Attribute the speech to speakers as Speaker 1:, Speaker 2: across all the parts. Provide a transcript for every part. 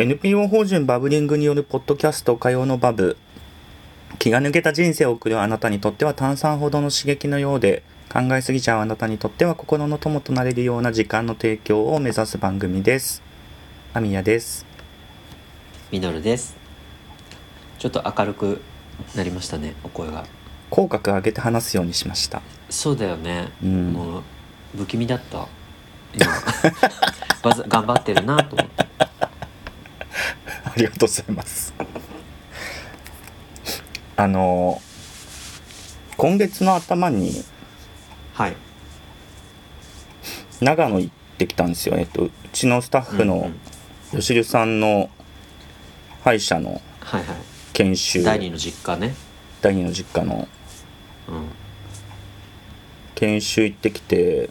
Speaker 1: NPO 法人バブリングによるポッドキャスト火曜のバブ気が抜けた人生を送るあなたにとっては炭酸ほどの刺激のようで考えすぎちゃうあなたにとっては心の友となれるような時間の提供を目指す番組ですアミヤです
Speaker 2: みのるですちょっと明るくなりましたねお声が
Speaker 1: 口角上げて話すようにしました
Speaker 2: そうだよね、
Speaker 1: うん
Speaker 2: もう不気味だった今 わざ頑張ってるなと思って
Speaker 1: ありがとうございます。 あの今月の頭に
Speaker 2: はい
Speaker 1: 長野行ってきたんですよ。えっとうちのスタッフ
Speaker 2: うんう
Speaker 1: の
Speaker 2: ん
Speaker 1: 吉流さんの歯医者の
Speaker 2: はいは
Speaker 1: 研修
Speaker 2: い第二の実家ね
Speaker 1: 第二の実家の
Speaker 2: うん
Speaker 1: 研修行ってきて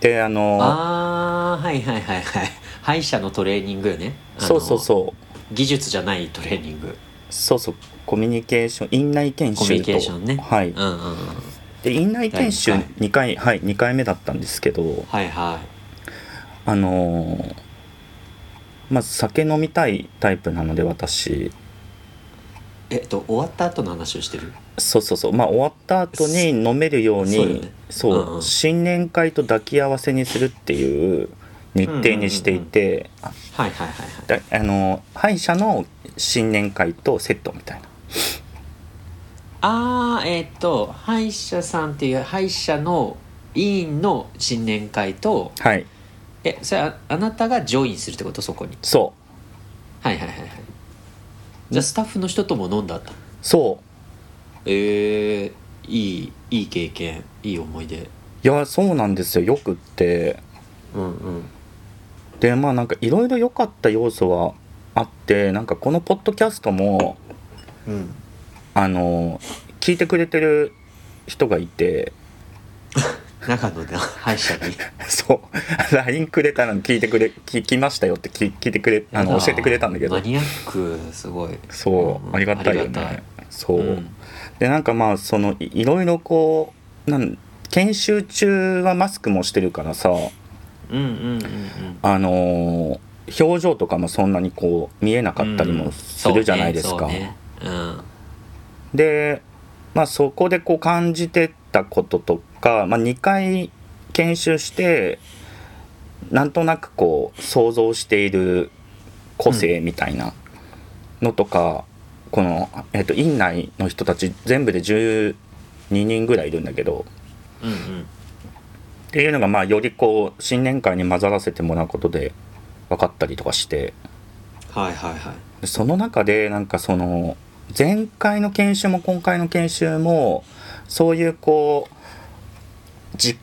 Speaker 1: であの
Speaker 2: あーはいはいはいはい歯医者のトレーニングよねあの
Speaker 1: そうそうそう
Speaker 2: 技術じゃないトレーニング
Speaker 1: そうそうコミュニケーション院内研修と
Speaker 2: コミュニケーションね
Speaker 1: はい
Speaker 2: うんうんうん
Speaker 1: で院内研修
Speaker 2: 第二
Speaker 1: 2回はい2回目だったんですけど
Speaker 2: はいは
Speaker 1: あのーまず酒飲みたいタイプなので私
Speaker 2: いえっと終わった後の話をしてる
Speaker 1: そうそうそうまあ終わった後に飲めるよう
Speaker 2: そうだよ
Speaker 1: に
Speaker 2: ね
Speaker 1: そう,、
Speaker 2: うんうん
Speaker 1: 新年会と抱き合わせにするっていう日程にしていて、
Speaker 2: はいはいはいは
Speaker 1: だ
Speaker 2: い
Speaker 1: あのー歯医者の新年会とセットみたいな
Speaker 2: あーえーっと歯医者さんっていう歯医者の委員の新年会と
Speaker 1: はい
Speaker 2: えそれああなたがジョインするってことそこに
Speaker 1: そ
Speaker 2: はいはいはいはいじゃあスタッフの人とも飲んだと
Speaker 1: うそ
Speaker 2: えー、いいいい経験いい思い出
Speaker 1: ういやそうなんですよよくって
Speaker 2: うんうん
Speaker 1: でまあなんかいろいろ良かった要素はあってなんかこのポッドキャストも
Speaker 2: うん
Speaker 1: あの聞いてくれてる人がいて
Speaker 2: 長野で歯医者に
Speaker 1: そう LINE くれたの聞いてくれ聞きましたよって聞聞いてくれ あの教えてくれたんだけど
Speaker 2: マニアックすごい
Speaker 1: そうありがたいよ
Speaker 2: ありが
Speaker 1: ね
Speaker 2: た
Speaker 1: そう、
Speaker 2: うん
Speaker 1: でなんかまあそのいいろいろこうなん研修中はマスクもしてるからさ
Speaker 2: うんうんうん
Speaker 1: あのー表情とかもそんなにこう見えなか
Speaker 2: うん
Speaker 1: ったりもするじゃないですか、
Speaker 2: うんそうねそうねうん
Speaker 1: で、まあ、そこでこう感じてたこととか、まあ、2回研修してなんとなくこう想像している個性みたいなのとか、この、えっと院内の人たち全部で12人ぐらいいるんだけど
Speaker 2: うんうん
Speaker 1: っていうのがまあよりこう新年会に混ざらせてもらうことで分かったりとかして
Speaker 2: はいはいはい
Speaker 1: その中でなんかその前回の研修も今回の研修もそういうこう自己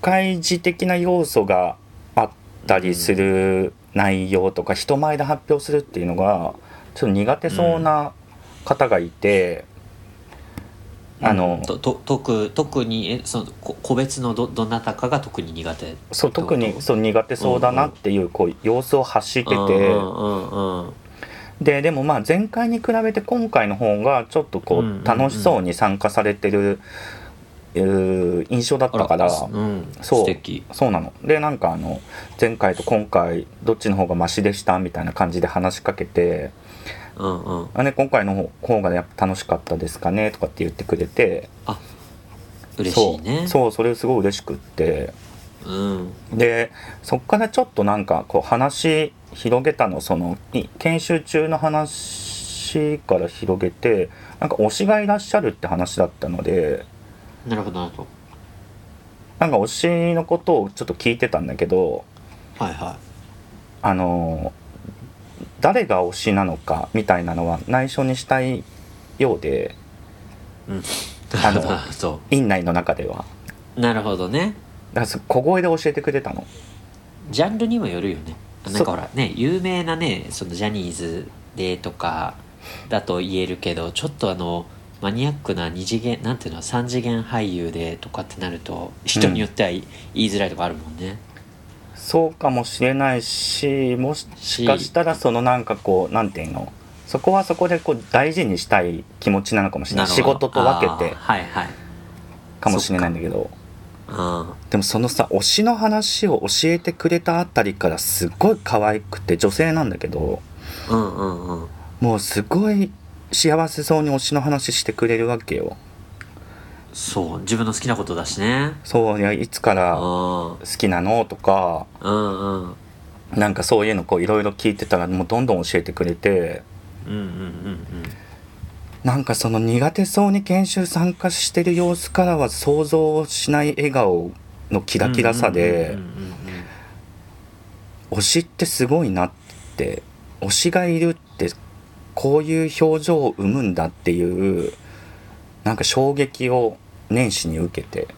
Speaker 1: 開示的な要素があったりする内容とか人前で発表するっていうのがちょっと苦手そうな方がいて、あの、
Speaker 2: とと特特にえそのこ個別のどどなたかが特に苦手
Speaker 1: そう特
Speaker 2: ってこ
Speaker 1: に
Speaker 2: と
Speaker 1: そう苦手そうだなっていうこう様子を発してて。
Speaker 2: うんうんうんうん
Speaker 1: ででもまあ前回に比べて今回の方がちょっとこ
Speaker 2: うんうんうん
Speaker 1: う楽しそうに参加されてる、うー印象だったから
Speaker 2: うん、
Speaker 1: そう
Speaker 2: 素敵
Speaker 1: そうなのでなんかあの前回と今回どっちの方がマシでしたみたいな感じで話しかけて
Speaker 2: うんうん
Speaker 1: あ、ね、今回の方がやっぱ楽しかったですかねとかって言ってくれて
Speaker 2: あ嬉しいね
Speaker 1: そうそうそれすごい嬉しくって
Speaker 2: う、うん、
Speaker 1: でそっからちょっとなんかこう話広げたのそのい研修中の話から広げてなんか推しがいらっしゃるって話だったので
Speaker 2: なるほどなるほ
Speaker 1: なんか推しのことをちょっと聞いてたんだけど
Speaker 2: どはいは
Speaker 1: あの誰が推しなのかみたいなのは内緒にしたいようで
Speaker 2: い、うん、
Speaker 1: あの
Speaker 2: そ
Speaker 1: 院内の中では
Speaker 2: うなるほどね
Speaker 1: だからそ小声で教えてくれたの
Speaker 2: ジャンルにもよるよね
Speaker 1: そう
Speaker 2: なんかほらね有名なねそのジャニーズでとかだと言えるけどちょっとあのマニアックな二次元なんていうの三次元俳優でとかってなると人によっては言い,、づらいとかあるもんね
Speaker 1: そうかもしれないしもし
Speaker 2: し
Speaker 1: かしたらそのなんかこうなんていうのそこはそこでこう大事にしたい気持ちなのかもしれない
Speaker 2: なる
Speaker 1: 仕
Speaker 2: ほど
Speaker 1: 事と分け
Speaker 2: あー
Speaker 1: て
Speaker 2: はいはい
Speaker 1: かもしれないんだけど
Speaker 2: うあ
Speaker 1: でもそのさ推しの話を教えてくれたあたりからすごい可愛くて女性なんだけど
Speaker 2: あうんうんうん
Speaker 1: もうすごい幸せそうに推しの話してくれるわけよ
Speaker 2: そう自分の好きなことだしね
Speaker 1: そういやいつから好
Speaker 2: あ
Speaker 1: きなのとか
Speaker 2: あうんうん
Speaker 1: なんかそういうのこういろいろ聞いてたらもうどんどん教えてくれて
Speaker 2: うんうんうん
Speaker 1: なんかその苦手そうに研修参加してる様子からは想像しない笑顔のキ
Speaker 2: う
Speaker 1: ラ
Speaker 2: ん
Speaker 1: キラさ
Speaker 2: う
Speaker 1: で
Speaker 2: んうんうんうん
Speaker 1: 推しってすごいなって推しがいるってこういう表情を生むんだっていうなんか衝撃を年始に受けて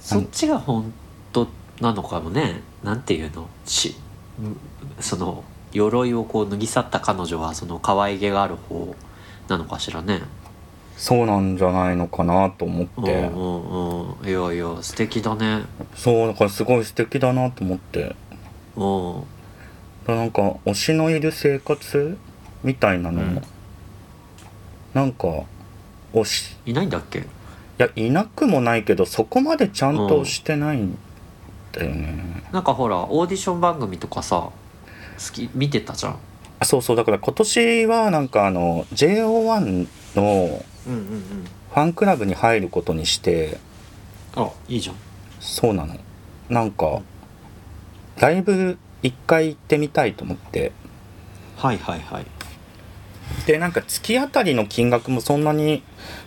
Speaker 2: そっちが本当なのかもねなんていうのしむその鎧をこう脱ぎ去った彼女はその可愛げがある方なのかしらね
Speaker 1: そうなんじゃないのかなと思
Speaker 2: う
Speaker 1: っ
Speaker 2: ん
Speaker 1: て
Speaker 2: うんうんいやいや素敵だね
Speaker 1: そうだからすごい素敵だなと思って
Speaker 2: うん
Speaker 1: なんか推しのいる生活みたいなのも、
Speaker 2: うん
Speaker 1: なんか推し
Speaker 2: いないんだっけ
Speaker 1: いやいなくもないけどそこまでちゃんとしてないんだよね、
Speaker 2: なんかほらオーディション番組とかさ好き見てたじゃん
Speaker 1: あそうそうだから今年はなんかあの JO1 の
Speaker 2: うんうんうん
Speaker 1: ファンクラブに入ることにして
Speaker 2: あいいじゃん
Speaker 1: そうなのなんかライブ一回行ってみたいと思って
Speaker 2: はいはいはい
Speaker 1: でなんか月あたりの金額もそんなに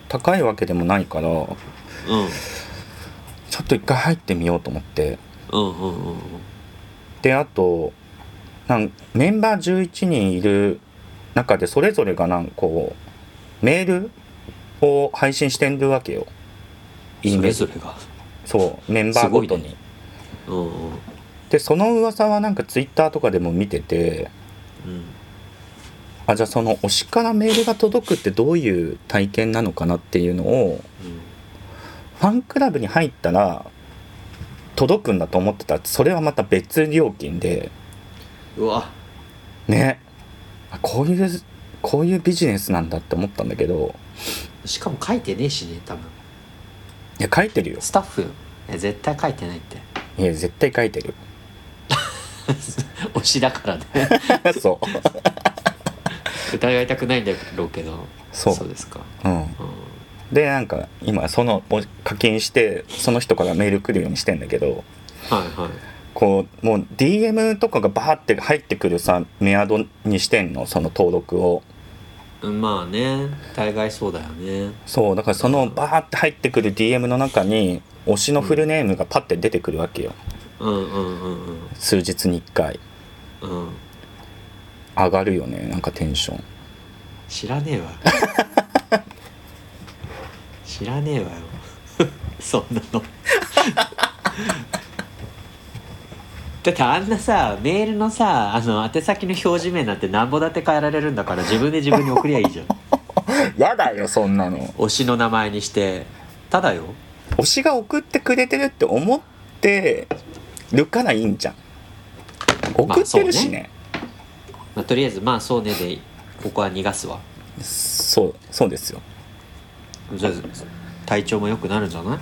Speaker 1: 高いわけでもないから
Speaker 2: うん
Speaker 1: ちょっと一回入ってみようと思って
Speaker 2: うんうんうんうん
Speaker 1: であとなんメンバー11人いる中でそれぞれがなんかこうメールを配信してるわけよ。いい
Speaker 2: そ
Speaker 1: メ
Speaker 2: れ
Speaker 1: ー
Speaker 2: ぞ
Speaker 1: ル
Speaker 2: れが
Speaker 1: そうメンバーごと
Speaker 2: すごい
Speaker 1: に。
Speaker 2: うんうん
Speaker 1: でその噂はなんかツイッターとかでも見てて
Speaker 2: うん
Speaker 1: あじゃあその推しからメールが届くってどういう体験なのかなっていうのを
Speaker 2: うん
Speaker 1: ファンクラブに入ったら届くんだと思ってたらそれはまた別料金で。
Speaker 2: うわ
Speaker 1: ねあこういうこういうビジネスなんだって思ったんだけど
Speaker 2: しかも書いてねえしね多分
Speaker 1: いや書いてるよ
Speaker 2: スタッフえ絶対書いてないって
Speaker 1: いや絶対書いてる
Speaker 2: 推しだからね
Speaker 1: そう
Speaker 2: 疑いたくないんだろうけど
Speaker 1: そう
Speaker 2: ですか、
Speaker 1: うん
Speaker 2: うん、
Speaker 1: でなんか今そのお課金してその人からメール来るようにしてんだけど
Speaker 2: はいはい
Speaker 1: こうもう DM とかがバーって入ってくるさメアドにしてんのその登録を
Speaker 2: うんまあね大概そうだよね
Speaker 1: そうだからそのバーって入ってくる DM の中に推しのフルネームがパッて出てくるわけよ
Speaker 2: うんうんうんうん
Speaker 1: 数日に1回
Speaker 2: うん
Speaker 1: 上がるよねなんかテンション
Speaker 2: 知らねえわ知らねえわよ そんなの だってあんなさメールのさあの宛先の表示名なんてなんぼだって変えられるんだから自分で自分に送りゃいいじゃん
Speaker 1: やだよそんなの
Speaker 2: 推しの名前にしてただよ
Speaker 1: 推しが送ってくれてるって思ってるからいいんじゃん
Speaker 2: まあ
Speaker 1: 送ってるしね,、
Speaker 2: まあ、とりあえずまあそうねでここは逃がすわ
Speaker 1: そうそうですよ
Speaker 2: じゃあ体調も良くなるんじゃない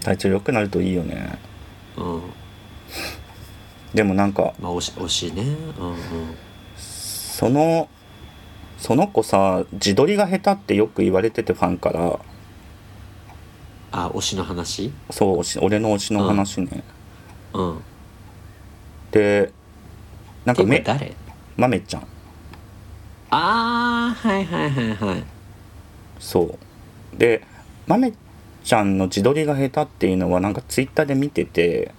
Speaker 1: 体調良くなるといいよね
Speaker 2: うん
Speaker 1: でもなんか
Speaker 2: まあ推し推しねうんうん
Speaker 1: そのその子さ自撮りが下手ってよく言われててファンから
Speaker 2: あ推しの話
Speaker 1: そう推し俺の推しの話ね、
Speaker 2: うん
Speaker 1: でなんか
Speaker 2: て
Speaker 1: め
Speaker 2: か誰
Speaker 1: まめちゃん
Speaker 2: ああはいはいはいはい
Speaker 1: そうでまめちゃんの自撮りが下手っていうのはなんかツイッターで見てて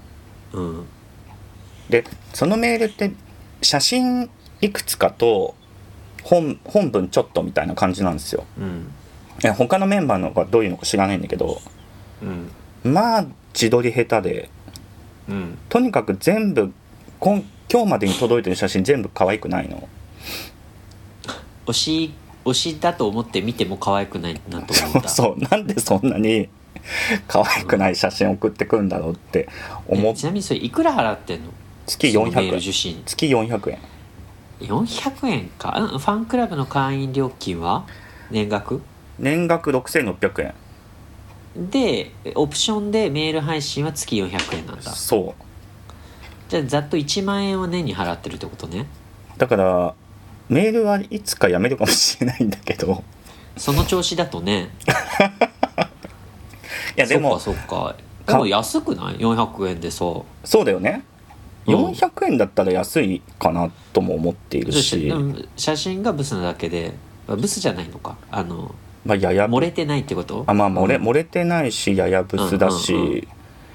Speaker 2: うん
Speaker 1: でそのメールって写真いくつかと本本文ちょっとみたいな感じなんですよ
Speaker 2: うん
Speaker 1: え他のメンバーのがどういうのか知らないんだけど
Speaker 2: うん
Speaker 1: まあ自撮り下手で
Speaker 2: うん
Speaker 1: とにかく全部こん今日までに届いてる写真全部可愛くないの
Speaker 2: 推し推しだと思って見ても可愛くないなと思
Speaker 1: そ
Speaker 2: っ
Speaker 1: う
Speaker 2: た
Speaker 1: そうなんでそんなに可愛くない写真送ってくるんだろうって思
Speaker 2: え
Speaker 1: っ
Speaker 2: ちなみにそれいくら払ってんの
Speaker 1: 月
Speaker 2: そのメー
Speaker 1: 400
Speaker 2: ル受
Speaker 1: 円
Speaker 2: 信
Speaker 1: 月400円
Speaker 2: 400円か、うん、ファンクラブの会員料金は年額
Speaker 1: 年額6600円
Speaker 2: でオプションでメール配信は月400円なんだ
Speaker 1: そ
Speaker 2: じゃあざっと1万円を年に払ってるってことね
Speaker 1: うだからメールはいつかやめるかもしれないんだけど
Speaker 2: その調子だとね
Speaker 1: いやでも
Speaker 2: そっかそっか
Speaker 1: か
Speaker 2: でも安くない400円でさ
Speaker 1: そうだよね
Speaker 2: うん
Speaker 1: 400円だったら安いかなとも思っているし、
Speaker 2: うん写真がブスなだけであブスじゃないのかあの
Speaker 1: まあ、やや
Speaker 2: 漏れてないってこと
Speaker 1: あまあ漏れ,、
Speaker 2: うん
Speaker 1: 漏れてないしややブスだし、
Speaker 2: うんうんうん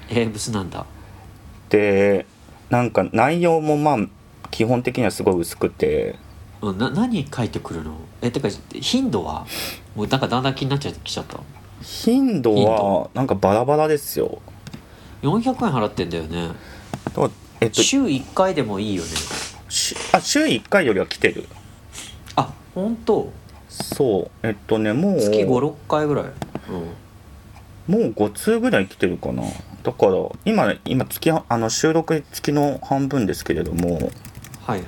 Speaker 2: えーブスなんだ
Speaker 1: でなんか内容もまあ基本的にはすごい薄くて
Speaker 2: うんな何書いてくるのえてか頻度はもうなんかだんだん気になっちゃってきちゃった
Speaker 1: 頻度
Speaker 2: 頻
Speaker 1: は
Speaker 2: 度
Speaker 1: なんかバラバラですよ
Speaker 2: 400円払ってんだよね
Speaker 1: だからえっと
Speaker 2: 週1回でもいいよね
Speaker 1: しあ週1回よりは来てる
Speaker 2: あ本当
Speaker 1: そうえっとねもう
Speaker 2: 月56回ぐらい、うん、
Speaker 1: もう5通ぐらい来てるかなだから今今月はあの収録月の半分ですけれども
Speaker 2: はいはい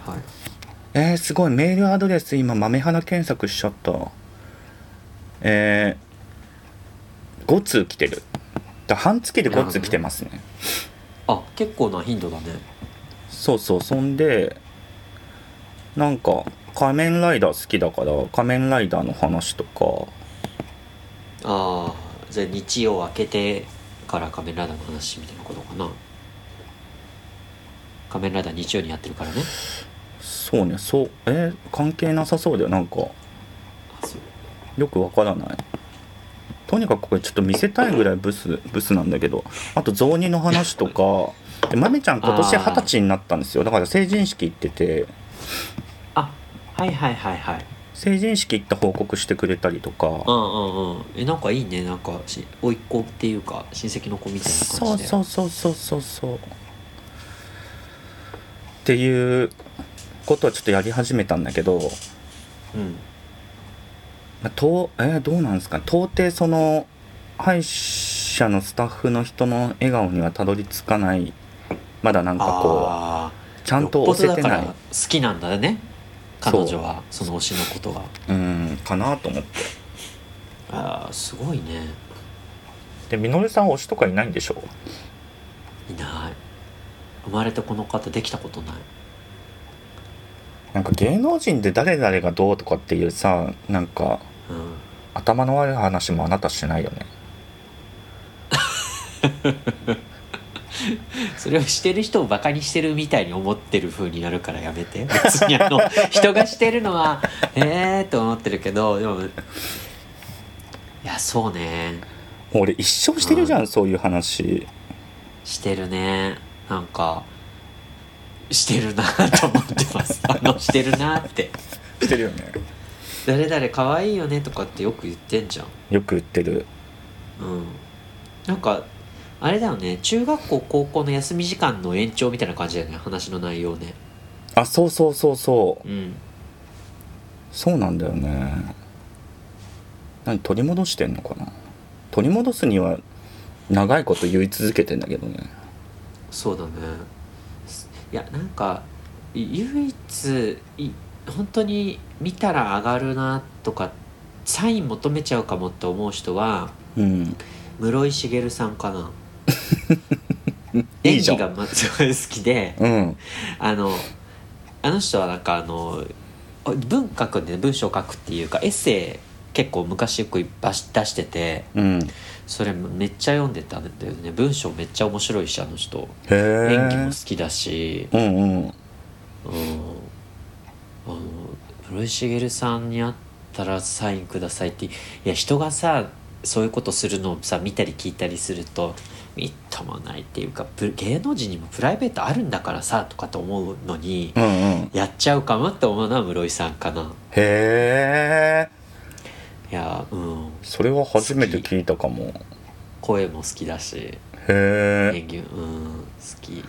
Speaker 1: えー、すごいメールアドレス今豆花検索しちゃったえー、5通来てるだ半月で5通来てますね
Speaker 2: あ結構な頻度だね
Speaker 1: そうそうそんでなんか仮面ライダー好きだから仮面ライダーの話とか
Speaker 2: ああじゃあ日曜明けてから仮面ライダーの話みたいなことかな仮面ライダー日曜にやってるからね
Speaker 1: そうねそうえー関係なさそうだよなんか
Speaker 2: あそう
Speaker 1: よくわからないとにかくこれちょっと見せたいぐらいブスブスなんだけどあと雑煮の話とかでまめちゃん今年
Speaker 2: あー
Speaker 1: 二十歳になったんですよだから成人式行ってて
Speaker 2: あはいはいはいはい
Speaker 1: 成人式行った報告してくれたりと
Speaker 2: う
Speaker 1: か
Speaker 2: んうんうんえなんかいいねなんかし甥っ子っていうか親戚の子みたいな
Speaker 1: そ
Speaker 2: 感
Speaker 1: う
Speaker 2: じで
Speaker 1: そうそうそうそうそうっていうことはちょっとやり始めたんだけど、
Speaker 2: うん
Speaker 1: まあとえーどうなんですか到底その歯医者のスタッフの人の笑顔にはたどり着かないまだなんかこう
Speaker 2: あ
Speaker 1: ち
Speaker 2: あ
Speaker 1: ゃんと押せてない
Speaker 2: 好きなんだね
Speaker 1: そう
Speaker 2: 彼女はその推しのことが
Speaker 1: うんかなと思って
Speaker 2: ああすごいね
Speaker 1: でみのるさん推しとかいないんでしょ
Speaker 2: いない生まれてこの方できたことない
Speaker 1: なんか芸能人で誰々がどうとかっていうさなんか
Speaker 2: うん
Speaker 1: 頭の悪い話もあなたしてないよね
Speaker 2: それをしてる人をバカにしてるみたいに思ってる風になるからやめて別にあの人がしてるのはええー、と思ってるけどでもいやそうね
Speaker 1: もう俺一生してるじゃん、そういう話
Speaker 2: してるねなんかしてるなと思ってますあのしてるなって
Speaker 1: してるよね
Speaker 2: 誰々可愛いよねとかってよく言ってんじゃん
Speaker 1: よく言ってる
Speaker 2: うんなんかあれだよね中学校高校の休み時間の延長みたいな感じだよね話の内容ね
Speaker 1: あそうそうそうそう
Speaker 2: うん
Speaker 1: そうなんだよね何取り戻してんのかな取り戻すには長いこと言い続けてんだけどね
Speaker 2: そうだねすいやなんかい唯一い本当に見たら上がるなとかサイン求めちゃうかもって思う人は
Speaker 1: うん
Speaker 2: 室井茂さんかな
Speaker 1: い
Speaker 2: 演
Speaker 1: いじゃ
Speaker 2: 技
Speaker 1: ん
Speaker 2: がまずごい好きで
Speaker 1: うん
Speaker 2: あのあの人はなんかあの文書くんで文章書くっていうかエッセイ結構昔よく出し出してて
Speaker 1: うんへ
Speaker 2: それめっちゃ読んでたんだよね文章めっちゃ面白いしあの人
Speaker 1: え
Speaker 2: 演技も好きだし、
Speaker 1: うんうん
Speaker 2: うん、あの室井茂さんに会ったらサインくださいっていや人がさそういうことするのをさ見たり聞いたりするとみっともないっていうかプ芸能人にもプライベートあるんだからさとかと思うのに
Speaker 1: う、んうん
Speaker 2: やっちゃうかもって思うのは室井さんかな
Speaker 1: へえ
Speaker 2: いやうん
Speaker 1: それは初めて聞いたかも
Speaker 2: 声も好きだし
Speaker 1: へえ
Speaker 2: 演技うん好き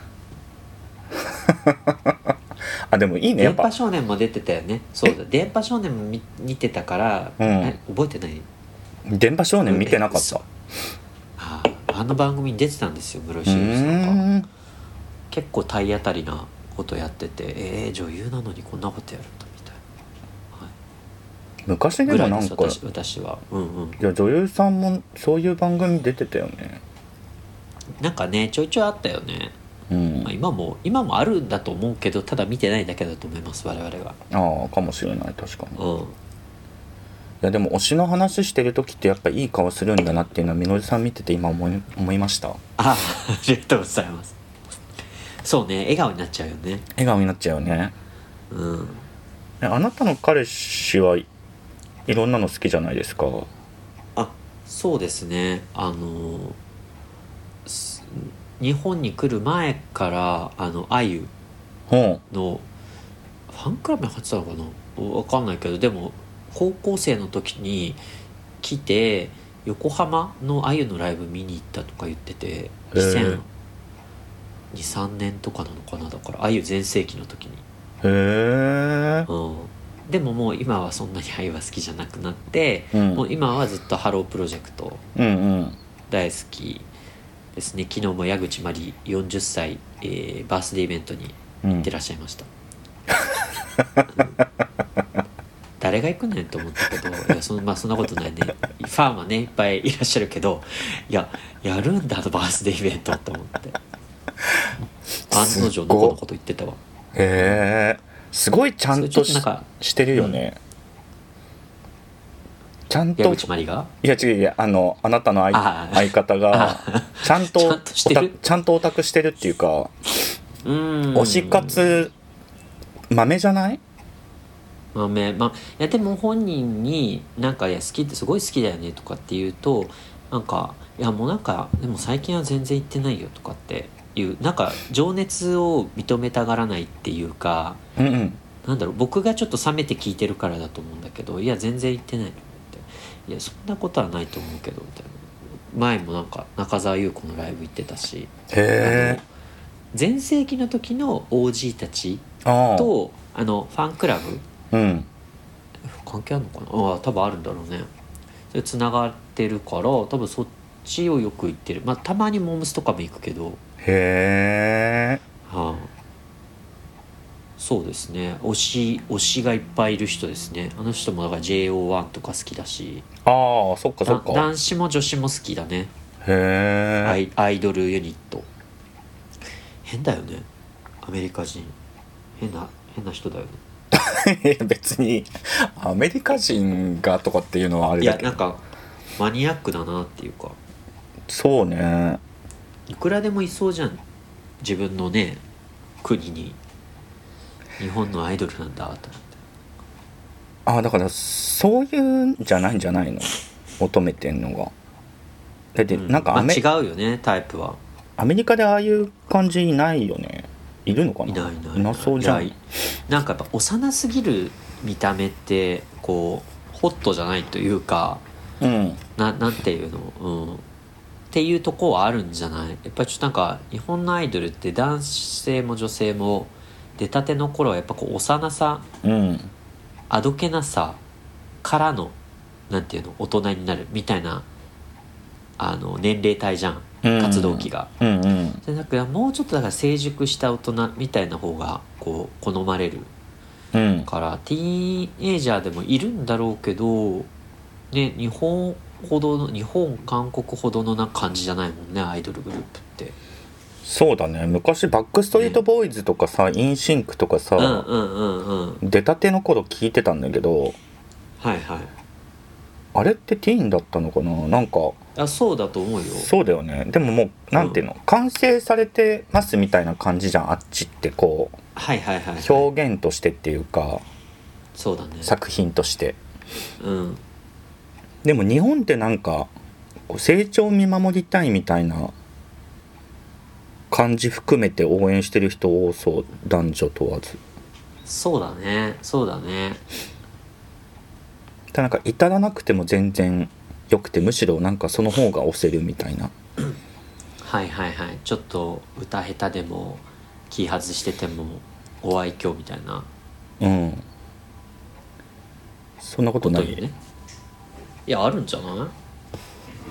Speaker 1: あでもいいねや
Speaker 2: 電
Speaker 1: っぱ
Speaker 2: 波少年も出てたよねそうだ電波少年も見見てたから、
Speaker 1: うん
Speaker 2: え覚えてない
Speaker 1: 電波少年見てなかった
Speaker 2: うんあーあの番組に出てたんですよ室井
Speaker 1: う
Speaker 2: 茂さんが
Speaker 1: ーん
Speaker 2: 結構体当たりなことやっててえー、女優なのにこんなことやるんだみたいな、はい、
Speaker 1: 昔で
Speaker 2: ぐ
Speaker 1: も
Speaker 2: らい
Speaker 1: な
Speaker 2: で
Speaker 1: ん
Speaker 2: す
Speaker 1: か
Speaker 2: 私私はうんうん
Speaker 1: いや女優さんもそういう番組出てたよね
Speaker 2: なんかねちょいちょいあったよね、
Speaker 1: うん
Speaker 2: まあ、今も今もあるんだと思うけどただ見てないだけだと思います我々は
Speaker 1: ああかもしれない確かにい
Speaker 2: うん
Speaker 1: やでも推しの話してる時ってやっぱいい顔するんだなっていうのはみのりさん見てて今思い思いました
Speaker 2: あ ありがとうございますそうね笑顔になっちゃうよね
Speaker 1: 笑顔になっちゃうよね
Speaker 2: うん
Speaker 1: えあなたの彼氏はいいろんなの好きじゃないですか
Speaker 2: あそうですねあのす日本に来る前からあのあゆ
Speaker 1: うん
Speaker 2: のファンクラブに入ってたのかなわかんないけどでも高校生の時に来て横浜のあゆのライブ見に行ったとか言ってて
Speaker 1: ー
Speaker 2: 2023年とかなのかなだからあゆ全盛期の時に、
Speaker 1: へえ
Speaker 2: うん、でももう今はそんなにあゆは好きじゃなくなって、
Speaker 1: うん
Speaker 2: もう今はずっとハロープロジェクト
Speaker 1: うんうん
Speaker 2: 大好きですね昨日も矢口真理40歳、えーバースデーイベントに
Speaker 1: うん
Speaker 2: 行ってらっしゃいました、誰が行くねんと思ったけどいやその、まあ、そんなことないねファンはねいっぱいいらっしゃるけどいややるんだあのバースデーイベントと思って案の定のこのこと言ってたわ
Speaker 1: へえすごいちゃん
Speaker 2: そ
Speaker 1: と
Speaker 2: れち
Speaker 1: し
Speaker 2: ょっとなんか
Speaker 1: してるよね、ちゃん
Speaker 2: 矢
Speaker 1: と
Speaker 2: 口真理が
Speaker 1: いや違ういやあのあなたの相
Speaker 2: あー
Speaker 1: 相方が ちゃんと
Speaker 2: ちゃんとしてる
Speaker 1: オタちゃんとオタクしてるっていうか
Speaker 2: うーん
Speaker 1: 推し活豆じゃない
Speaker 2: まあめまあ、いやでも本人になんかいや好きってすごい好きだよねとかって言うとなんかいやもうなんかでも最近は全然行ってないよとかっていうなんか情熱を認めたがらないっていうか
Speaker 1: うんうん
Speaker 2: なんだろう僕がちょっと冷めて聞いてるからだと思うんだけどいや全然行ってないのっていやそんなことはないと思うけどみたいな前もなんか中澤優子のライブ行ってたし
Speaker 1: へえ
Speaker 2: 全盛期の時の OG たち
Speaker 1: ああ
Speaker 2: とあのファンクラブ
Speaker 1: うん
Speaker 2: 関係あるのかなああ多分あるんだろうねそれつながってるから多分そっちをよく行ってるまあたまにモームスとかも行くけど、は
Speaker 1: へえ
Speaker 2: あ、そうですね推し推しがいっぱいいる人ですねあの人もだから JO1 とか好きだし
Speaker 1: ああそっかそ
Speaker 2: な
Speaker 1: っか
Speaker 2: 男子も女子も好きだね
Speaker 1: へえ、
Speaker 2: アイアイドルユニット変だよねアメリカ人変な変な人だよね
Speaker 1: いや別にアメリカ人がとかっていうのはあれ
Speaker 2: い
Speaker 1: だ
Speaker 2: や
Speaker 1: け
Speaker 2: な
Speaker 1: ど
Speaker 2: んかマニアックだなっていうか
Speaker 1: そうね
Speaker 2: いくらでもいそうじゃん自分のね国に日本のアイドルなんだと思って
Speaker 1: ああだからそういうんじゃないんじゃないの求めてんのがだって
Speaker 2: うん
Speaker 1: なんかアメ,、
Speaker 2: まあ違うよねタイプは
Speaker 1: アメリカでああいう感じいないよねいるのかないい
Speaker 2: ないいない
Speaker 1: なそうじゃ
Speaker 2: いや
Speaker 1: ん
Speaker 2: なんかやっぱ幼すぎる見た目ってこうホットじゃないというか
Speaker 1: うん
Speaker 2: ななんていうのうんっていうとこはあるんじゃないやっぱりちょっとなんか日本のアイドルって男性も女性も出たての頃はやっぱこう幼さ
Speaker 1: うん
Speaker 2: あどけなさからのなんていうの大人になるみたいなあの年齢帯じゃん
Speaker 1: うん
Speaker 2: 活動期が。
Speaker 1: うんうん
Speaker 2: じゃなくもうちょっとだから成熟した大人みたいな方がこう好まれる
Speaker 1: うん
Speaker 2: からティーンエイジャーでもいるんだろうけど、ね、日本ほどの日本韓国ほどのな感じじゃないもんねアイドルグループって。
Speaker 1: そうだね昔バックストリートボーイズとかさ、インシンクとかさ、
Speaker 2: うんうんうんうん。
Speaker 1: 出たての頃聞いてたんだけど
Speaker 2: はいはい。
Speaker 1: あれってティーンだったのかななんか
Speaker 2: あそうだと思うよ。
Speaker 1: そうだよねでももうなんていうの、完成されてますみたいな感じじゃんあっちってこう
Speaker 2: はいはいはい、はい。
Speaker 1: 表現としてっていうか
Speaker 2: そうだね。
Speaker 1: 作品として
Speaker 2: うん。
Speaker 1: でも日本ってなんかこう成長を見守りたいみたいな感じ含めて応援してる人多そう男女問わず
Speaker 2: そうだね。そうだね。
Speaker 1: ただなんか至らなくても全然よくてむしろなんかその方が押せるみたいな
Speaker 2: はいはいはいちょっと歌下手でも気外しててもご愛嬌みたいな
Speaker 1: うんそんなこ
Speaker 2: ことと
Speaker 1: ない
Speaker 2: よねいやあるんじゃないこ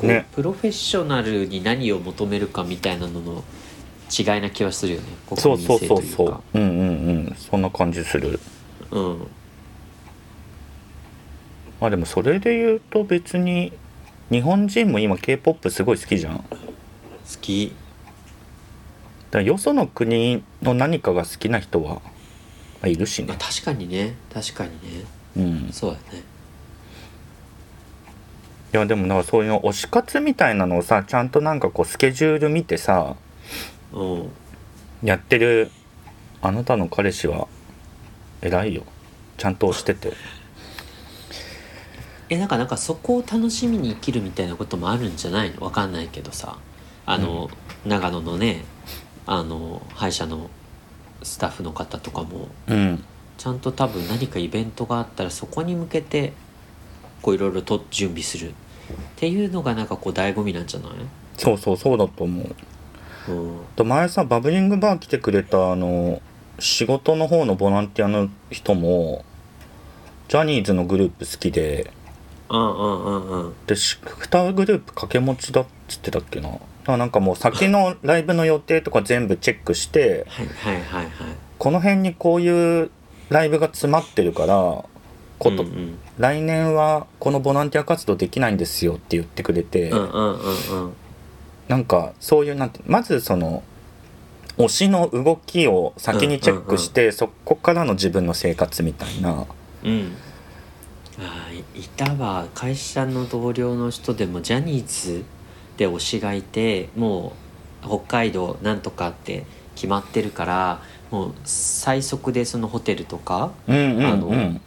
Speaker 2: う
Speaker 1: ね
Speaker 2: プロフェッショナルに何を求めるかみたいなのの違いな気はするよね
Speaker 1: そう
Speaker 2: 国
Speaker 1: そ
Speaker 2: 民
Speaker 1: う
Speaker 2: 性
Speaker 1: そ
Speaker 2: と
Speaker 1: う
Speaker 2: いう
Speaker 1: そ
Speaker 2: か
Speaker 1: ううんうんうんそんな感じする
Speaker 2: うん
Speaker 1: まあでもそれで言うと別に日本人も今 k p o p すごい好きじゃんだか
Speaker 2: 好き
Speaker 1: らよその国の何かが好きな人はまあいるし
Speaker 2: まあ
Speaker 1: ね
Speaker 2: 確かにね確かにね
Speaker 1: うん
Speaker 2: そうだね
Speaker 1: いやでもなんかそういう推し活みたいなのをさちゃんとなんかこうスケジュール見てさ
Speaker 2: うん
Speaker 1: やってるあなたの彼氏は偉いよちゃんと推してて
Speaker 2: えなんかなんかそこを楽しみに生きるみたいなこともあるんじゃないのわかんないけどさあの、長野のねあの歯医者のスタッフの方とかも
Speaker 1: うん
Speaker 2: ちゃんと多分何かイベントがあったらそこに向けてこういろいろと準備するっていうのがなんかこう醍醐味なんじゃない
Speaker 1: そうそうそうだと思う
Speaker 2: うん
Speaker 1: と前さバブリングバー来てくれたあの仕事の方のボランティアの人もジャニーズのグループ好きで
Speaker 2: うんうんうんうん
Speaker 1: でし2グループ掛け持ちだっつってたっけなだからなんかもう先のライブの予定とか全部チェックして
Speaker 2: はいはいはいはい
Speaker 1: この辺にこういうライブが詰まってるからこと、
Speaker 2: うんうん
Speaker 1: 来年はこのボランティア活動できないんですよって言ってくれて、
Speaker 2: うんうんうんうん
Speaker 1: なんかそういうなんてまずその推しの動きを先にチェックして、そこからの自分の生活みたいな
Speaker 2: うんあーいいたわ会社の同僚の人でもジャニーズで推しがいてもう北海道なんとかって決まってるからもう最速でそのホテルとか
Speaker 1: うんうん
Speaker 2: あ
Speaker 1: う
Speaker 2: の
Speaker 1: ん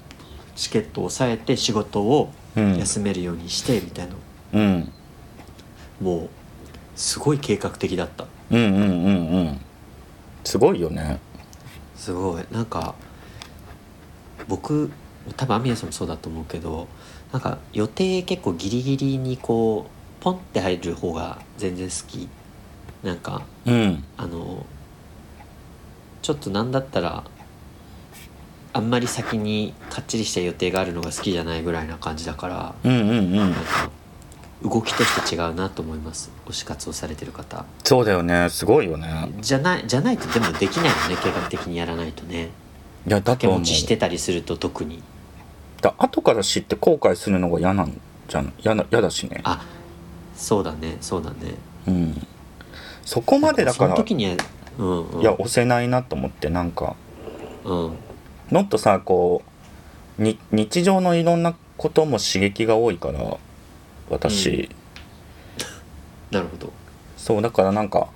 Speaker 2: チケットを抑えて仕事を
Speaker 1: うん
Speaker 2: 休めるようにしてみたいな、
Speaker 1: うん
Speaker 2: もうすごい計画的だった
Speaker 1: うんうんうんうんすごいよね
Speaker 2: すごいなんか僕多分アミヤさんもそうだと思うけどなんか予定結構ギリギリにこうポンって入る方が全然好きなんか
Speaker 1: うん
Speaker 2: あのちょっとなんだったらあんまり先にかっちりした予定があるのが好きじゃないぐらいな感じだから
Speaker 1: うんうんうん
Speaker 2: なんか動きとして違うなと思います推し活をされてる方
Speaker 1: そうだよねすごいよね
Speaker 2: じゃないじゃないとでもできないよね計画的にやらないとね
Speaker 1: いやだ
Speaker 2: 掛け
Speaker 1: と思
Speaker 2: 持
Speaker 1: う
Speaker 2: ちしてたりすると特に
Speaker 1: だ後から知って後悔するのが嫌なんじゃん嫌な嫌だしね
Speaker 2: あそうだねそうだね
Speaker 1: うんそこまでだか
Speaker 2: その
Speaker 1: ら
Speaker 2: 時にはうんうん
Speaker 1: いや押せないなと思ってなんか
Speaker 2: うん
Speaker 1: もっとさこうに日常のいろんなことも刺激が多いから私、
Speaker 2: なるほど
Speaker 1: そうだからなんか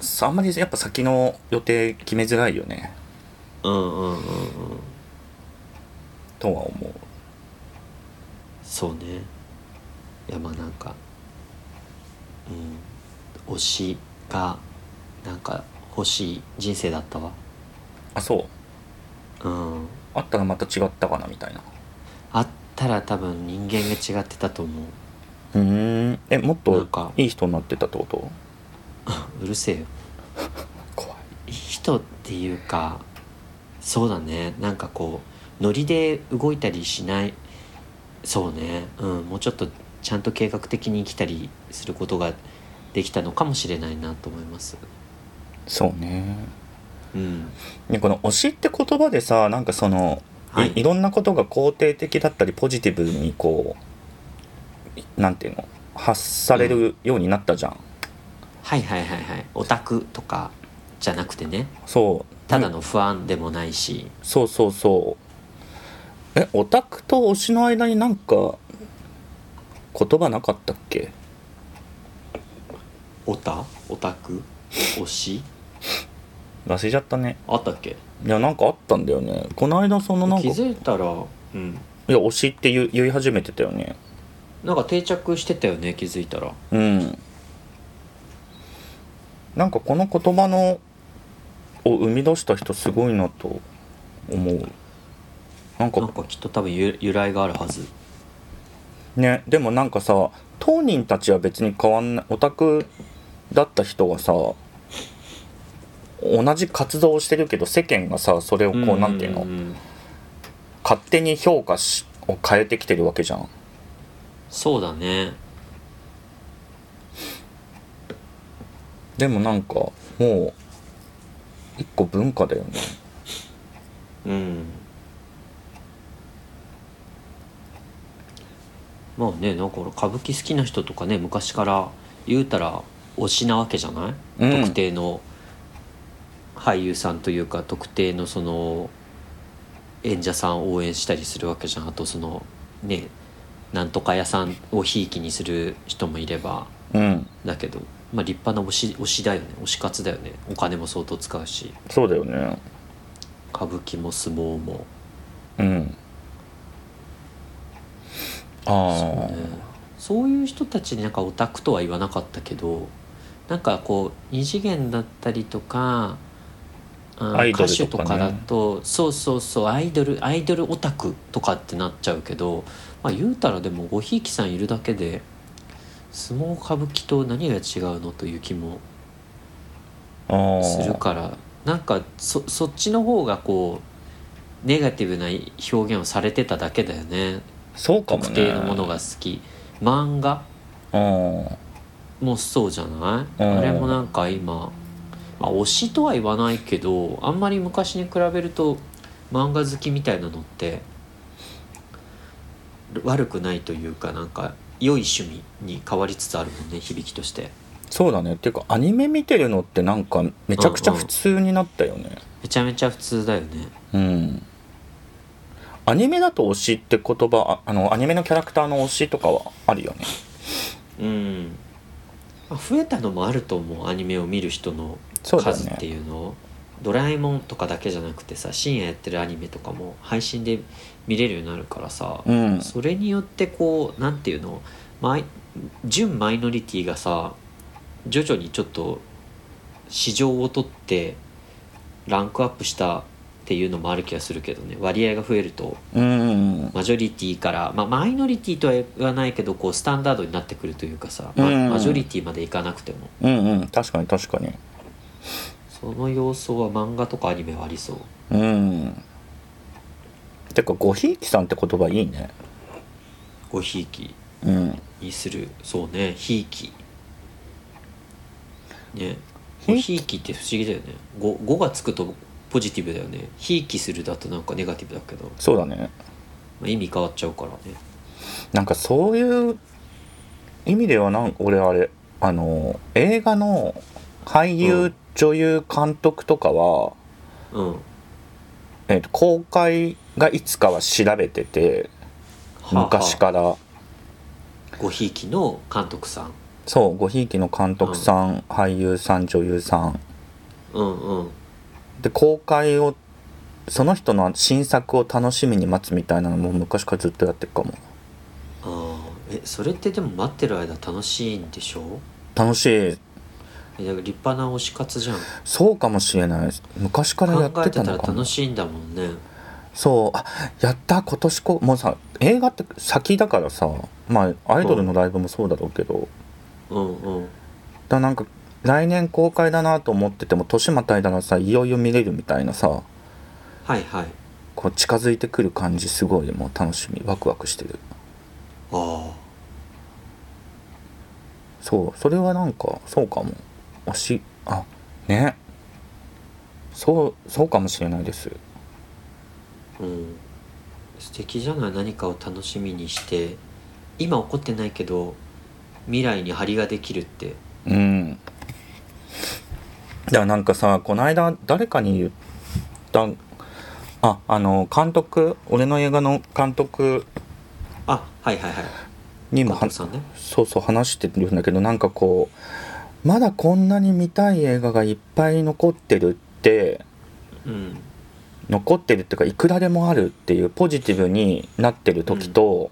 Speaker 1: さあんまりやっぱ先の予定決めづらいよね
Speaker 2: うんうんうんうん
Speaker 1: とは思う
Speaker 2: そうねいやまあなんかうん推しがなんか欲しい人生だったわ
Speaker 1: あそう
Speaker 2: うん
Speaker 1: あったらまた違ったかなみたいな
Speaker 2: あったら多分人間が違ってたと思う
Speaker 1: うーんえもっ
Speaker 2: な
Speaker 1: と
Speaker 2: んか
Speaker 1: いい人になってたってこと
Speaker 2: うるせえよ
Speaker 1: 怖い
Speaker 2: いい人っていうかそうだねなんかこうノリで動いたりしないそうねうんもうちょっとちゃんと計画的に生きたりすることができたのかもしれないなと思います
Speaker 1: そうね
Speaker 2: うん
Speaker 1: ねこの推しって言葉でさなんかその、、
Speaker 2: はいい
Speaker 1: いろんなことが肯定的だったりポジティブにこうなんていうの発されるようになったじゃん、
Speaker 2: はいはいはいはいオタクとかじゃなくてね
Speaker 1: そう
Speaker 2: ただの不安でもないし
Speaker 1: そうそうそうえオタクと推しの間になんか言葉なかったっけ
Speaker 2: オタオタク推し
Speaker 1: 忘れちゃったね
Speaker 2: あったっけ
Speaker 1: いやなんかあったんだよねこの間そのなんか
Speaker 2: 気
Speaker 1: いや
Speaker 2: づいたらうん
Speaker 1: 推しって言う言い始めてたよね
Speaker 2: なんか定着してたよね気づいたら
Speaker 1: うんなんかこの言葉のを生み出した人すごいなと思うなん
Speaker 2: な
Speaker 1: か
Speaker 2: んかきっと多分由由来があるはず
Speaker 1: ねでもなんかさ当人たちは別に変わんないオタクだった人がさ同じ活動をしてるけど世間がさそれをこうなんていうの
Speaker 2: ん
Speaker 1: 勝手に評価しを変えてきてるわけじゃん
Speaker 2: そうだね
Speaker 1: でもなんかもう一個文化だよね
Speaker 2: うんまあねなんかほら歌舞伎好きな人とかね昔から言うたら推しなわけじゃない、
Speaker 1: うん
Speaker 2: 特定の俳優さんというか特定のその演者さんを応援したりするわけじゃんあとそのねなんとか屋さんをひいきにする人もいれば
Speaker 1: うん
Speaker 2: だけど、まあ、立派な推し推しだよね推し活だよねお金も相当使うし
Speaker 1: そうだよね
Speaker 2: 歌舞伎も相撲も、
Speaker 1: うんああ
Speaker 2: ねそういう人たちになんかオタクとは言わなかったけどなんかこう二次元だったりとかあ
Speaker 1: アイドルとかね
Speaker 2: 歌手とかだとそうそうそうアイドルアイドルオタクとかってなっちゃうけど、まあ、言うたらでもごひいきさんいるだけで相撲歌舞伎と何が違うのという気も
Speaker 1: あー
Speaker 2: するからなんかそそっちの方がこうネガティブな表現をされてただけだよね
Speaker 1: そうかもね
Speaker 2: 特定のものが好き漫画
Speaker 1: あ
Speaker 2: もそうじゃない、
Speaker 1: うん
Speaker 2: あれもなんか今、まあ、推しとは言わないけどあんまり昔に比べると漫画好きみたいなのって悪くないというかなんか良い趣味に変わりつつあるもんね響きとして
Speaker 1: そうだねっていうかアニメ見てるのってなんかめちゃくちゃ普通になったよね
Speaker 2: めちゃめちゃ普通だよね
Speaker 1: うん、アニメだと推しって言葉ああのアニメのキャラクターの推しとかはあるよね
Speaker 2: うん、まあ、増えたのもあると思うアニメを見る人の
Speaker 1: そうだよ
Speaker 2: 数
Speaker 1: ね
Speaker 2: っていうのをドラえもん」とかだけじゃなくてさ深夜やってるアニメとかも配信で見れるようになるからさ、
Speaker 1: うん
Speaker 2: それによってこうなんていうのマイ純マイノリティがさ徐々にちょっと市場を取ってランクアップしたっていうのもある気がするけどね割合が増えると
Speaker 1: うん
Speaker 2: マジョリティから、まあ、マイノリティとは言わないけどこうスタンダードになってくるというかさ、ま
Speaker 1: うん
Speaker 2: マジョリティまでいかなくても
Speaker 1: うんうん確かに確かに
Speaker 2: その様相は漫画とかアニメはありそ
Speaker 1: う
Speaker 2: う
Speaker 1: んてかごひいきさんって言葉いいね
Speaker 2: ごひいき
Speaker 1: うん
Speaker 2: にするそうねひいきね
Speaker 1: ひいき
Speaker 2: ごひいきって不思議だよねごごがつくとポジティブだよねひいきするだとなんかネガティブだけど、ま
Speaker 1: そうだね
Speaker 2: あ、意味変わっちゃうからね
Speaker 1: なんかそういう意味ではなん俺あれあの映画の俳優、
Speaker 2: うん
Speaker 1: 女優監督とかは、
Speaker 2: うん
Speaker 1: えーと公開がいつかは調べてて昔
Speaker 2: ら
Speaker 1: から、
Speaker 2: ごひいきの監督さん
Speaker 1: そうごひいきの監督さん、俳優さん女優さん
Speaker 2: うんうん
Speaker 1: で公開をその人の新作を楽しみに待つみたいなのも昔からずっとやってるかも
Speaker 2: あーえそれってでも待ってる間楽しいんでしょ
Speaker 1: 楽しい
Speaker 2: えだから立派な推し活じゃん
Speaker 1: そうかもしれない昔からやっ
Speaker 2: 考え
Speaker 1: て
Speaker 2: て
Speaker 1: た
Speaker 2: たら
Speaker 1: のかも
Speaker 2: 楽しいんだもんね
Speaker 1: そうあやった今年こもうさ映画って先だからさまあアイドルのライブもそうだろうけど、
Speaker 2: うんうん
Speaker 1: だからなんか来年公開だなと思ってても年またいだらさいよいよ見れるみたいなさ
Speaker 2: はいはい
Speaker 1: こう近づいてくる感じすごいもう楽しみワクワクしてる
Speaker 2: ああ
Speaker 1: そうそれはなんかそうかも推しあねそうそうかもしれないです
Speaker 2: うん、素敵じゃない何かを楽しみにして今起こってないけど未来に張りができるって
Speaker 1: うんだからなんかさこの間誰かに言ったああの監督俺の映画の監督
Speaker 2: あはいはいはい
Speaker 1: にもは
Speaker 2: 監督さんね
Speaker 1: そうそう話してるんだけどなんかこうまだこんなに見たい映画がいっぱい残ってるって
Speaker 2: うん
Speaker 1: 残ってるっていうかいくらでもあるっていうポジティブになってる時と、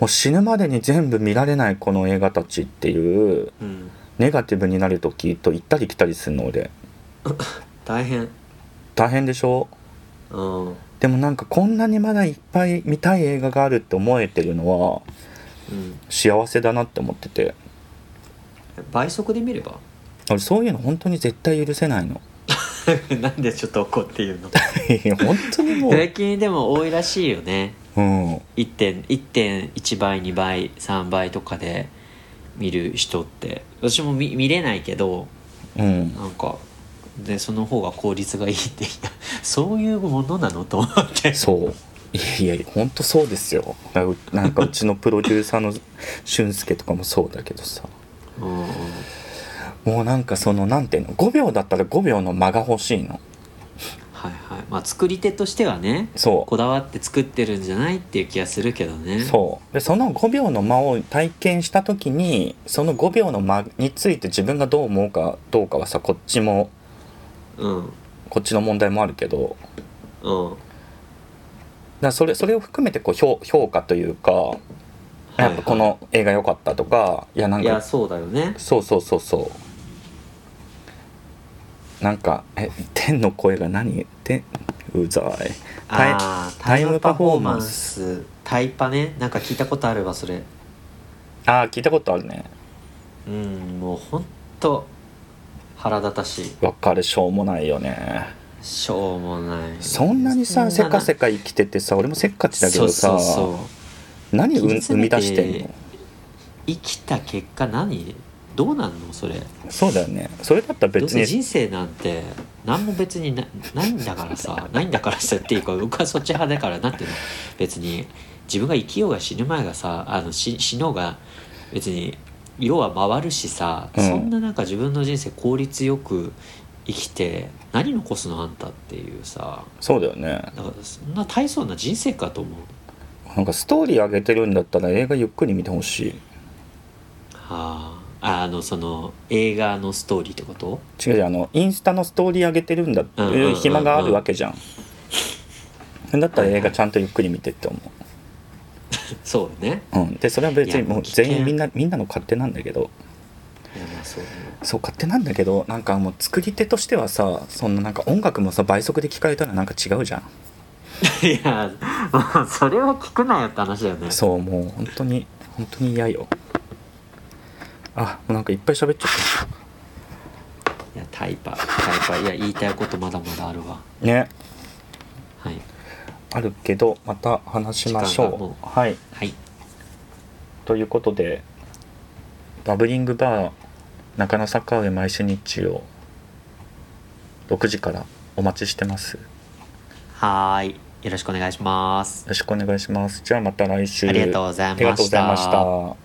Speaker 1: もう死ぬまでに全部見られないこの映画たちっていう
Speaker 2: うんうん
Speaker 1: ネガティブになる時と行ったり来たりするので
Speaker 2: 大変
Speaker 1: 大変でしょ
Speaker 2: うんうん
Speaker 1: でもなんかこんなにまだいっぱい見たい映画があるって思えてるのは幸せだなって思ってて
Speaker 2: 倍速で見れば
Speaker 1: 俺そういうの本当に絶対許せないの
Speaker 2: なんでちょっと怒って言うの
Speaker 1: いや本当にもう
Speaker 2: 最近でも多いらしいよね
Speaker 1: うん
Speaker 2: 1点1.1倍2倍3倍とかで見る人って私も見見れないけど
Speaker 1: うん
Speaker 2: なんか でその方が効率がいいっていやそういうものなのと思って
Speaker 1: そういやいや本当そうですよななんかうちのプロデューサーの俊介とかもそうだけどさ
Speaker 2: うんうん
Speaker 1: もうなんかそのなんていうの5秒だったら5秒の間が欲しいの
Speaker 2: はいはいまあ作り手としてはね
Speaker 1: そう
Speaker 2: こだわって作ってるんじゃないっていう気がするけどね
Speaker 1: そうでその5秒の間を体験した時にその5秒の間について自分がどう思うかどうかはさこっちも
Speaker 2: ううん
Speaker 1: こっちの問題もあるけどだか
Speaker 2: うんは
Speaker 1: らそれそれを含めてこう評評価というか
Speaker 2: い
Speaker 1: やっぱこの映画良かったとかいやな
Speaker 2: はい
Speaker 1: ん
Speaker 2: いや
Speaker 1: か
Speaker 2: そうだよね
Speaker 1: そうそうそうそうなんかえ天の声が何天うざいタイ
Speaker 2: あー
Speaker 1: タイムパフォーマンス
Speaker 2: タイムパフォーマンスタイパねなんか聞いたことあるわそれ
Speaker 1: ああ聞いたことあるね
Speaker 2: うんもうほんと腹立たしい
Speaker 1: わかるしょうもないよね
Speaker 2: しょうもない
Speaker 1: そんなにさせかせ
Speaker 2: か
Speaker 1: か生きててさ俺もせっかちだけどさ
Speaker 2: そうそうそう
Speaker 1: 何
Speaker 2: 切
Speaker 1: う
Speaker 2: り
Speaker 1: 生
Speaker 2: 詰め
Speaker 1: み
Speaker 2: て
Speaker 1: 出してんの
Speaker 2: 生きた結果何どうなんのそれ
Speaker 1: そうだよねそれだったら
Speaker 2: どう
Speaker 1: 別
Speaker 2: せ
Speaker 1: に
Speaker 2: 人生なんて何も別になないんだか らさないんだからさっていうか僕はそっち派だからなんていうの別に自分が生きようが死ぬ前がさあのし死のうが別に世は回るしさ、
Speaker 1: うん
Speaker 2: そんななんか自分の人生効率よく生きて何残すのあんたっていうさ
Speaker 1: そうだよね
Speaker 2: だからそんな大層な人生かと思う
Speaker 1: なんかストーリー上げてるんだったら映画ゆっくり見てほしい
Speaker 2: はああのその映画のストーリーってこと
Speaker 1: 違う違うあのインスタのストーリー上げてるんだって
Speaker 2: うんうんうんう
Speaker 1: いうん暇があるわけじゃん,、だったら映画ちゃんとゆっくり見てって思
Speaker 2: そうだね
Speaker 1: う、うん、でそれは別
Speaker 2: い
Speaker 1: に
Speaker 2: や
Speaker 1: もう
Speaker 2: 危険
Speaker 1: 全員みんなみんなの勝手なんだけど
Speaker 2: いやまあそうだね
Speaker 1: そう勝手なんだけどなんかもう作り手としてはさそんななんか音楽もさ倍速で聞かれたらなんか違うじゃん
Speaker 2: いやもうそれは聞くなよって話だよね
Speaker 1: そうもう本当に本当に嫌よあもうなんかいっぱい喋っちゃっ
Speaker 2: いやタイパタイパいや言いたいことまだまだあるわ
Speaker 1: たね
Speaker 2: はい
Speaker 1: あるけどまた話しまし
Speaker 2: 時間が
Speaker 1: ょ
Speaker 2: も
Speaker 1: うはい
Speaker 2: はい
Speaker 1: ということでバブリングバー中野坂上毎週日曜6時からお待ちしてますよ
Speaker 2: はーいよろしくお願いします
Speaker 1: ろしくお願いしますじゃあまた来週
Speaker 2: ありがとうございまし
Speaker 1: あり
Speaker 2: た
Speaker 1: がとうございました